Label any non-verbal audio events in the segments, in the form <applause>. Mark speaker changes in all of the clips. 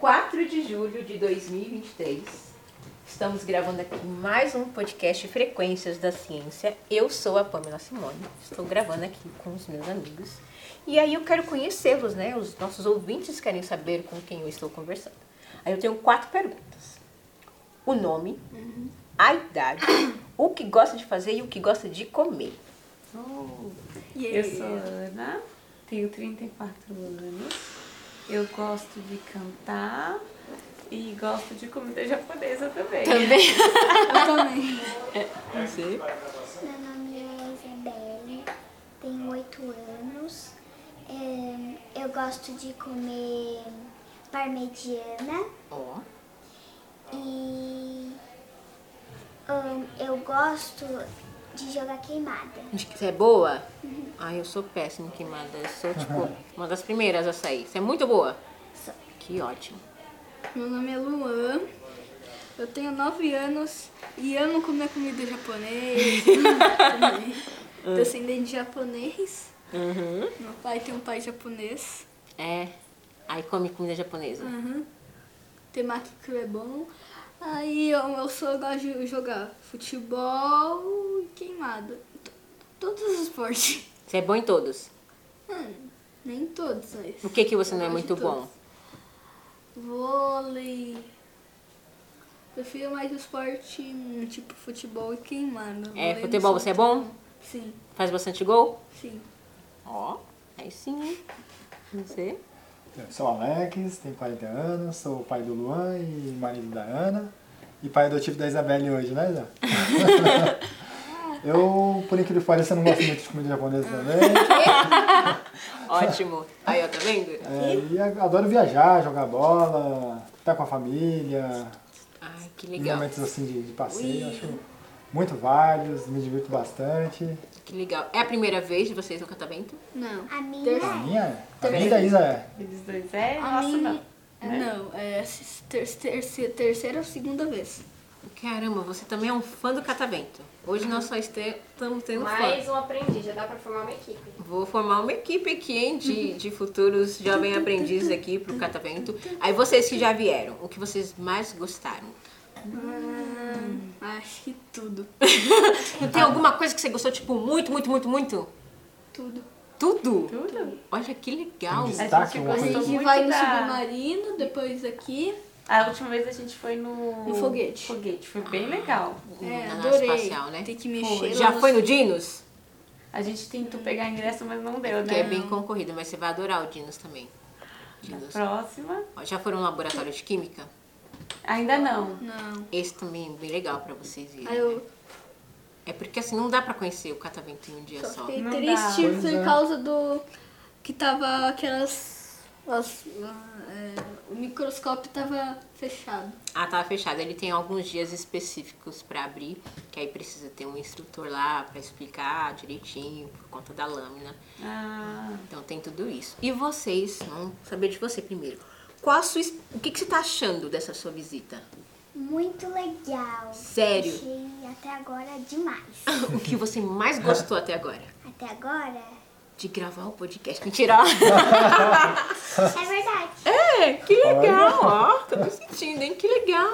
Speaker 1: 4 de julho de 2023. Estamos gravando aqui mais um podcast Frequências da Ciência. Eu sou a Pamela Simone, estou gravando aqui com os meus amigos. E aí eu quero conhecê-los, né? Os nossos ouvintes querem saber com quem eu estou conversando. Aí eu tenho quatro perguntas: o nome, a idade, o que gosta de fazer e o que gosta de comer.
Speaker 2: Sou-
Speaker 3: E aí?
Speaker 2: Oh. Eu sou Ana, tenho 34 anos. Eu gosto de cantar e gosto de comida japonesa também. <laughs>
Speaker 3: Eu também.
Speaker 1: Você?
Speaker 2: É.
Speaker 4: Meu nome é Isabelle, tenho 8 anos. É, Eu gosto de comer parmegiana
Speaker 1: Ó.
Speaker 4: e hum, eu gosto de jogar queimada.
Speaker 1: De que você é boa? Ai, eu sou péssima em queimada. Eu sou, tipo, uma das primeiras a sair. Você é muito boa?
Speaker 4: Sou.
Speaker 1: Que ótimo.
Speaker 3: Meu nome é Luan. Eu tenho 9 anos e amo comer
Speaker 1: <laughs>
Speaker 3: comida japonesa. Descendente de japonês. Meu pai tem um pai japonês.
Speaker 1: É. Aí come comida japonesa.
Speaker 3: Temaki que é bom. Aí eu, eu só gosto de jogar futebol e queimado. T- Todos os esportes. <laughs>
Speaker 1: Você é bom em todos.
Speaker 3: Hum, nem todos, mas.
Speaker 1: O que que você não é
Speaker 3: Eu gosto
Speaker 1: muito
Speaker 3: de
Speaker 1: bom?
Speaker 3: Vôlei. Prefiro mais esporte hum, tipo futebol e queimado.
Speaker 1: É,
Speaker 3: Vôlei não
Speaker 1: futebol
Speaker 3: sou
Speaker 1: você é
Speaker 3: muito
Speaker 1: bom?
Speaker 3: Sim,
Speaker 1: Faz bastante gol?
Speaker 3: sim.
Speaker 1: Ó. Aí sim. hein? Você?
Speaker 5: Eu sou Alex, tenho 40 anos, sou pai do Luan e marido da Ana. E pai adotivo da Isabelle hoje, né, Isa? Eu, por incrível que pareça, não gosto muito de comida japonesa também.
Speaker 1: Ótimo. Aí, ó, tá vendo?
Speaker 5: É, e a- adoro viajar, jogar bola, estar com a família,
Speaker 1: Ai, que
Speaker 5: em
Speaker 1: legal.
Speaker 5: momentos assim de, de passeio, acho muito válidos, me divirto bastante.
Speaker 1: Que legal. É a primeira vez de vocês no catamento?
Speaker 3: Não.
Speaker 4: A minha
Speaker 5: A
Speaker 3: Terceiro.
Speaker 4: é
Speaker 5: minha é. A minha e da Isa é.
Speaker 2: Eles dois é?
Speaker 3: A
Speaker 2: Nossa,
Speaker 3: minha-
Speaker 2: não.
Speaker 3: Não, é a se- ter- ter- terceira ou segunda vez.
Speaker 1: Caramba, você também é um fã do catavento. Hoje nós só estamos tendo fã.
Speaker 6: Mais um aprendiz, já dá pra formar uma equipe.
Speaker 1: Vou formar uma equipe aqui, hein, de, de futuros jovens aprendizes aqui pro Catavento. Aí vocês que já vieram, o que vocês mais gostaram? <laughs> Hum.
Speaker 3: Ah, Acho que tudo.
Speaker 1: Tem alguma coisa que você gostou, tipo, muito, muito, muito, muito?
Speaker 3: Tudo.
Speaker 1: Tudo?
Speaker 2: Tudo?
Speaker 1: Olha que legal.
Speaker 5: Entendi.
Speaker 2: A
Speaker 5: Destaque,
Speaker 2: gente
Speaker 5: uma
Speaker 3: A
Speaker 5: Eu
Speaker 2: gostou
Speaker 3: gente
Speaker 2: muito
Speaker 3: vai no
Speaker 2: da...
Speaker 3: submarino, depois aqui.
Speaker 2: A última vez a gente foi no...
Speaker 3: No foguete.
Speaker 2: Foguete, foi bem legal.
Speaker 3: É,
Speaker 1: Na Hum, nave
Speaker 3: adorei.
Speaker 1: espacial, né?
Speaker 3: Tem que mexer. lá
Speaker 1: Já
Speaker 3: no-
Speaker 1: foi no Dinos?
Speaker 2: A gente tentou pegar ingresso, mas não deu,
Speaker 1: Que é
Speaker 2: né?
Speaker 1: bem concorrido, mas você vai adorar o Dinos também. Dinos.
Speaker 2: Próxima.
Speaker 1: Ó, Já foram no laboratório de química?
Speaker 2: Ainda não.
Speaker 3: Não.
Speaker 1: Esse também é bem legal pra vocês
Speaker 3: Aí
Speaker 1: irem.
Speaker 3: Ah, eu
Speaker 1: É porque assim, não dá pra conhecer o Catavento em um dia
Speaker 3: só
Speaker 1: só.
Speaker 3: fiquei
Speaker 2: Não dá.
Speaker 3: triste
Speaker 5: Pois
Speaker 3: por
Speaker 5: é.
Speaker 3: causa do. Que tava aquelas. as- ah, é, o microscópio tava fechado.
Speaker 1: Ah, tava fechado. Ele tem alguns dias específicos pra abrir, que aí precisa ter um instrutor lá pra explicar direitinho por conta da lâmina.
Speaker 2: Ah,
Speaker 1: Então tem tudo isso. E vocês, vamos saber de você primeiro. Qual a sua, es- o que, que você tá achando dessa sua visita? <laughs>
Speaker 4: muito legal.
Speaker 1: Sério?
Speaker 4: Achei até agora demais.
Speaker 1: O que você mais gostou até agora?
Speaker 4: Até agora?
Speaker 1: De gravar o podcast.
Speaker 3: <laughs>
Speaker 1: Mentira!
Speaker 4: É verdade.
Speaker 1: É, que legal, ó. Tô me sentindo, hein? Que legal.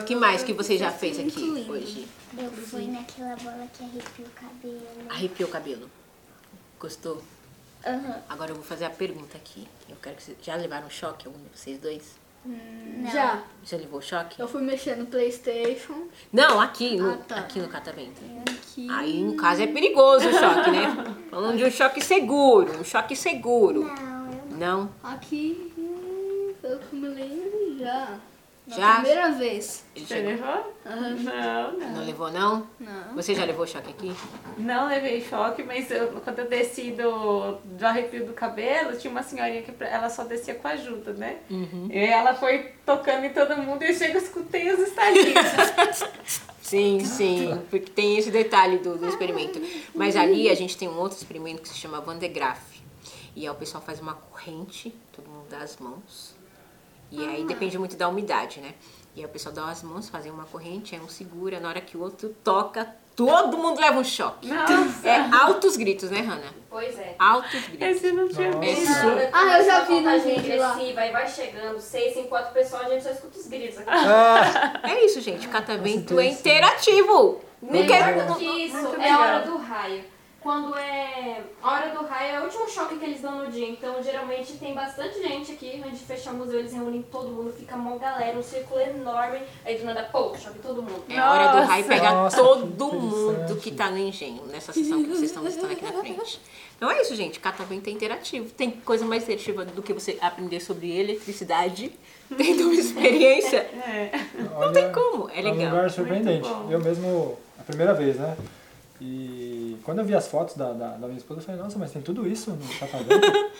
Speaker 1: O que mais que você já fez aqui
Speaker 3: Incluindo.
Speaker 1: hoje?
Speaker 4: Eu fui naquela bola que arrepia o cabelo.
Speaker 1: Arrepiou o cabelo. Gostou? Agora eu vou fazer a pergunta aqui. Eu quero que vocês. Já levaram choque algum de vocês dois?
Speaker 3: Já.
Speaker 1: Já levou choque?
Speaker 3: Eu fui mexer no Playstation.
Speaker 1: Não, aqui no,
Speaker 3: Ah, tá.
Speaker 1: aqui no catamento.
Speaker 3: Aqui.
Speaker 1: Aí, no caso, é perigoso o choque, né? Falando de um choque seguro, um choque seguro.
Speaker 4: Não, eu
Speaker 1: Não?
Speaker 3: Aqui. hum, Pelo que eu me lembro, já. Na
Speaker 1: Já?
Speaker 3: primeira vez.
Speaker 1: Ele
Speaker 2: você
Speaker 1: chegou.
Speaker 2: levou? Não, né? não.
Speaker 1: Não levou, não?
Speaker 3: Não.
Speaker 1: Você já levou choque aqui?
Speaker 2: Não levei choque, mas eu- quando eu desci do, do arrepio do cabelo, tinha uma senhorinha que pra- ela só descia com ajuda, né?
Speaker 1: Uhum.
Speaker 2: E ela foi tocando em todo mundo e eu chego, escutei os
Speaker 1: <laughs>
Speaker 2: estalinhos.
Speaker 1: Sim, sim, porque tem esse detalhe do, do experimento. Mas ali a gente tem um outro experimento que se chama Van de Graaff. E aí o pessoal faz uma corrente, todo mundo dá as mãos. E aí depende muito da umidade, né? E aí o pessoal dá as mãos, fazem uma corrente, aí um segura, na hora que o outro toca, todo mundo leva um choque.
Speaker 2: Nossa,
Speaker 1: É altos gritos, né, Hannah?
Speaker 6: Pois é.
Speaker 1: Altos gritos.
Speaker 2: esse não tinha
Speaker 5: Nossa.
Speaker 2: visto.
Speaker 5: Isso.
Speaker 3: Ah, eu já vi na
Speaker 6: gente
Speaker 3: gente lá.
Speaker 6: Vai, vai chegando, seis, em quatro pessoas, a gente só escuta os gritos aqui.
Speaker 1: É isso, gente. O catavento é interativo. Não quer...
Speaker 6: Melhor do que isso é a
Speaker 2: legal.
Speaker 6: hora do raio. Quando é. A hora do raio é o último choque que eles dão no dia. Então, geralmente tem bastante gente aqui. Antes de fechar o museu, eles reúnem todo mundo, fica uma galera, um círculo enorme. Aí do nada, pô, choque todo mundo.
Speaker 1: É a hora do raio
Speaker 2: Nossa.
Speaker 1: pegar
Speaker 5: Nossa, que
Speaker 1: todo
Speaker 5: interessante.
Speaker 1: mundo que tá no engenho, nessa sessão que vocês estão visitando aqui na frente. Então é isso, gente. Catavento é interativo. Tem coisa mais interativa do que você aprender sobre eletricidade, tendo uma experiência.
Speaker 2: É.
Speaker 5: Olha,
Speaker 1: Não tem como. É
Speaker 5: É um
Speaker 1: legal.
Speaker 5: lugar surpreendente.
Speaker 2: Muito bom.
Speaker 5: Eu mesmo, a primeira vez, né? E quando eu vi as fotos da, da, da minha esposa, eu falei, nossa, mas tem tudo isso no
Speaker 1: <laughs>
Speaker 5: catavento?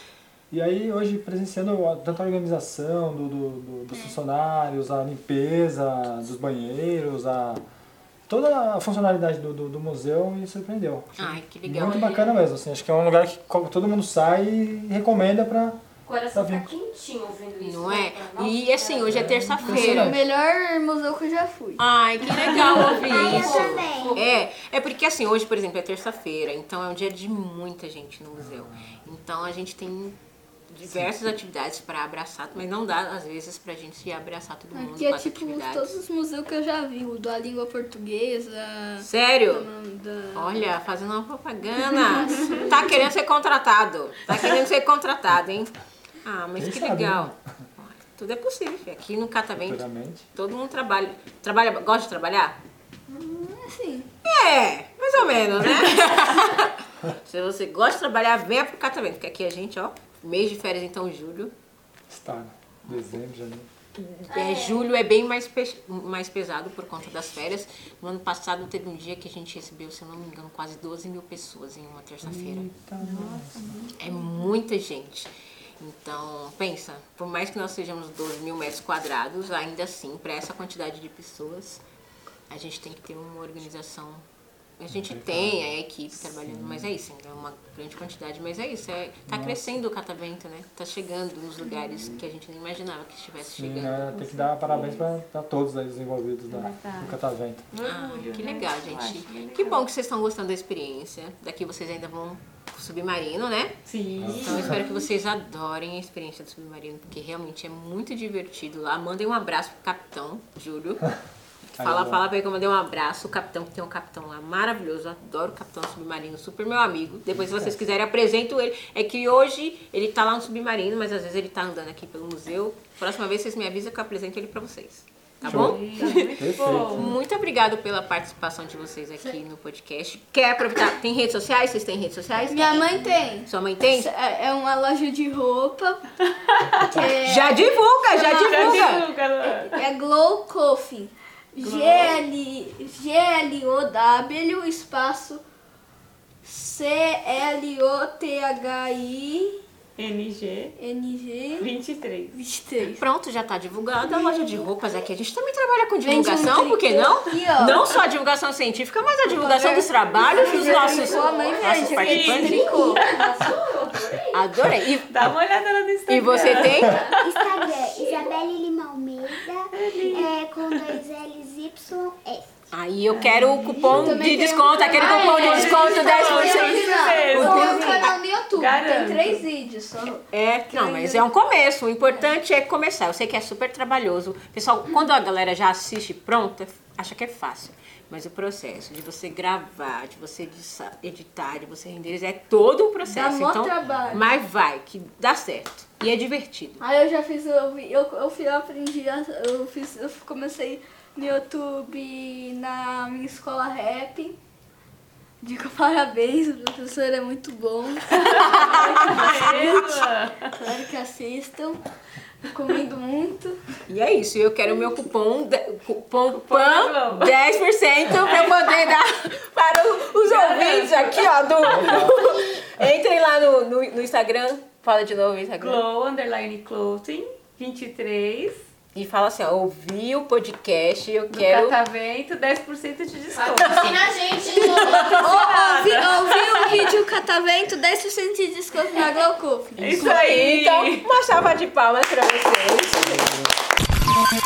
Speaker 5: e aí, hoje, presenciando a- tanto a organização do, do, do-
Speaker 1: É.
Speaker 5: dos funcionários, a limpeza dos banheiros, a... Toda a funcionalidade do, do, do museu me surpreendeu.
Speaker 1: Ai, que Ah, legal.
Speaker 5: Muito bacana mesmo, assim. Acho que é um lugar que co- todo mundo sai e recomenda pra...
Speaker 6: O coração
Speaker 5: Tá
Speaker 6: tá
Speaker 5: vendo?
Speaker 6: quentinho ouvindo isso.
Speaker 1: Não
Speaker 6: né?
Speaker 1: é?
Speaker 6: Nossa,
Speaker 1: E assim, hoje é
Speaker 3: O
Speaker 1: terça-feira.
Speaker 5: Impressionante.
Speaker 3: melhor museu que eu já fui.
Speaker 1: Ai, que legal
Speaker 4: Ai,
Speaker 1: ouvir
Speaker 4: eu
Speaker 1: isso.
Speaker 4: também.
Speaker 1: É, é porque assim, hoje, por exemplo, é terça-feira, então é um dia de muita gente no museu. Então a gente tem diversas atividades para abraçar, mas não dá às vezes pra gente abraçar todo mundo
Speaker 3: Aqui
Speaker 1: com
Speaker 3: é
Speaker 1: as
Speaker 3: tipo
Speaker 1: atividades.
Speaker 3: todos os museus que eu já vi, o da língua portuguesa,
Speaker 1: Sério?
Speaker 3: da...
Speaker 1: Olha, fazendo uma propaganda. tá querendo ser contratado. Tá querendo ser contratado, hein? Ah, mas
Speaker 5: Quem
Speaker 1: que
Speaker 5: sabe,
Speaker 1: legal.
Speaker 5: né?
Speaker 1: Tudo é possível. Aqui no Catavento,
Speaker 5: Futuramente.
Speaker 1: todo mundo trabalha. Trabalha, gosta de trabalhar?
Speaker 3: assim.
Speaker 1: É, mais ou menos, né? Se você gosta de trabalhar, venha pro catamento, porque aqui a gente, ó, mês de férias, então julho.
Speaker 5: Está, né? Dezembro, janeiro.
Speaker 1: É, julho é bem mais, pe- mais pesado por conta das férias. No ano passado teve um dia que a gente recebeu, se eu não me engano, quase 12 mil pessoas em uma terça-feira.
Speaker 5: Eita, nossa.
Speaker 1: É muita gente. Então, pensa, por mais que nós sejamos 12 mil metros quadrados, ainda assim, para essa quantidade de pessoas, a gente tem que ter uma organização. A gente tem a equipe trabalhando, mas é isso, ainda é uma grande quantidade, mas é isso, é, tá crescendo o catavento, né? Tá chegando nos lugares
Speaker 2: Uhum.
Speaker 1: que a gente nem imaginava que estivesse
Speaker 5: Sim,
Speaker 1: chegando.
Speaker 5: né? Tem que dar parabéns pra, pra todos aí os envolvidos da, do catavento.
Speaker 1: Ah,
Speaker 2: Orgulho,
Speaker 1: que
Speaker 2: né?
Speaker 1: legal,
Speaker 2: Eu
Speaker 1: gente.
Speaker 2: acho bem
Speaker 1: Que
Speaker 2: legal.
Speaker 1: bom que vocês estão gostando da experiência. Daqui vocês ainda vão pro submarino, né?
Speaker 2: Sim.
Speaker 1: Então eu espero que vocês adorem a experiência do submarino, porque realmente é muito divertido lá. Mandem um abraço pro capitão, Júlio. Fala,
Speaker 5: bom.
Speaker 1: fala pra ele que eu mandei um abraço. O capitão, que tem um capitão lá maravilhoso. eu Adoro o capitão do submarino, super meu amigo. Depois, se vocês quiserem, apresento ele. É que hoje ele tá lá no submarino, mas às vezes ele tá andando aqui pelo museu. Próxima vez vocês me avisam que eu apresento ele pra vocês. Tá
Speaker 5: Show.
Speaker 1: bom?
Speaker 2: Muito bom.
Speaker 1: Muito obrigado pela participação de vocês aqui no podcast. Quer aproveitar? Tem redes sociais? Vocês têm redes sociais?
Speaker 3: Minha mãe tem.
Speaker 1: Sua mãe tem?
Speaker 3: É é uma loja de roupa. é,
Speaker 1: Já divulga, já
Speaker 3: Já
Speaker 2: Já
Speaker 1: divulga.
Speaker 2: divulga, Luan.
Speaker 3: é Glow Coffin. G-L-O-W espaço C-L-O-T-H-I-N-G
Speaker 2: NG 23.
Speaker 3: 23.
Speaker 1: Pronto, já tá divulgada a loja de roupas aqui. A gente também trabalha com
Speaker 3: Vende um
Speaker 1: divulgação, por que
Speaker 3: trinquinho
Speaker 1: não?
Speaker 3: aqui, ó.
Speaker 1: Não só a divulgação científica, mas a divulgação dos trabalhos dos nossos,
Speaker 3: Sua mãe
Speaker 1: nossos
Speaker 3: vende aquele
Speaker 1: participantes.
Speaker 3: tricô.
Speaker 1: Adorei. E,
Speaker 2: Dá uma olhada lá no Instagram.
Speaker 1: e você tem?
Speaker 4: Instagram, Isabelle Lima Almeida, é, com dois L's, Y, é, S.
Speaker 1: Aí eu quero o cupom
Speaker 3: Também
Speaker 1: de
Speaker 3: tem
Speaker 1: desconto,
Speaker 3: um-
Speaker 1: aquele
Speaker 3: Ah,
Speaker 1: cupom de
Speaker 3: é,
Speaker 1: desconto
Speaker 3: Eu
Speaker 1: 10%.
Speaker 3: fiz lá.
Speaker 2: Meu
Speaker 3: Ou é
Speaker 1: Deus.
Speaker 3: o canal no YouTube.
Speaker 2: Garanto.
Speaker 3: Tem três vídeos só.
Speaker 1: É, não, mas é um começo. O importante é começar. Eu sei que é super trabalhoso. Pessoal, quando a galera já assiste pronta, acha que é fácil. Mas o processo de você gravar, de você edissa- editar, de você renderizar, é todo um processo.
Speaker 3: Dá mó
Speaker 1: então,
Speaker 3: trabalho.
Speaker 1: Mas vai, que dá certo. E é divertido.
Speaker 3: Aí eu já fiz, eu, vi- eu, eu, fui- eu aprendi, a- eu, fiz, eu comecei no YouTube, na minha escola rap. Digo <laughs> parabéns, o professor é muito bom.
Speaker 2: Ela.
Speaker 3: Espero que assistam. Recomendo muito.
Speaker 1: E é isso. E eu quero o meu cupom, de- cupom,
Speaker 3: é
Speaker 2: da
Speaker 1: PAN
Speaker 2: Globo.
Speaker 1: 10% pra eu poder dar
Speaker 3: <laughs>
Speaker 1: para o- os ouvintes aqui, ó.
Speaker 3: <laughs>
Speaker 1: Do, entrem lá no, no, no Instagram. Fala de novo o Instagram.
Speaker 2: Glow, underline clothing, 23.
Speaker 1: e fala assim, ó, ouvi o podcast, eu
Speaker 2: Do
Speaker 1: quero...
Speaker 2: catavento, 10% de desconto.
Speaker 6: Patrocina a gente, gente.
Speaker 3: Ouvi, ouvi o vídeo Catavento, 10% de desconto na Glowcup.
Speaker 2: Isso aí.
Speaker 1: Então, uma chava de palmas pra vocês. Música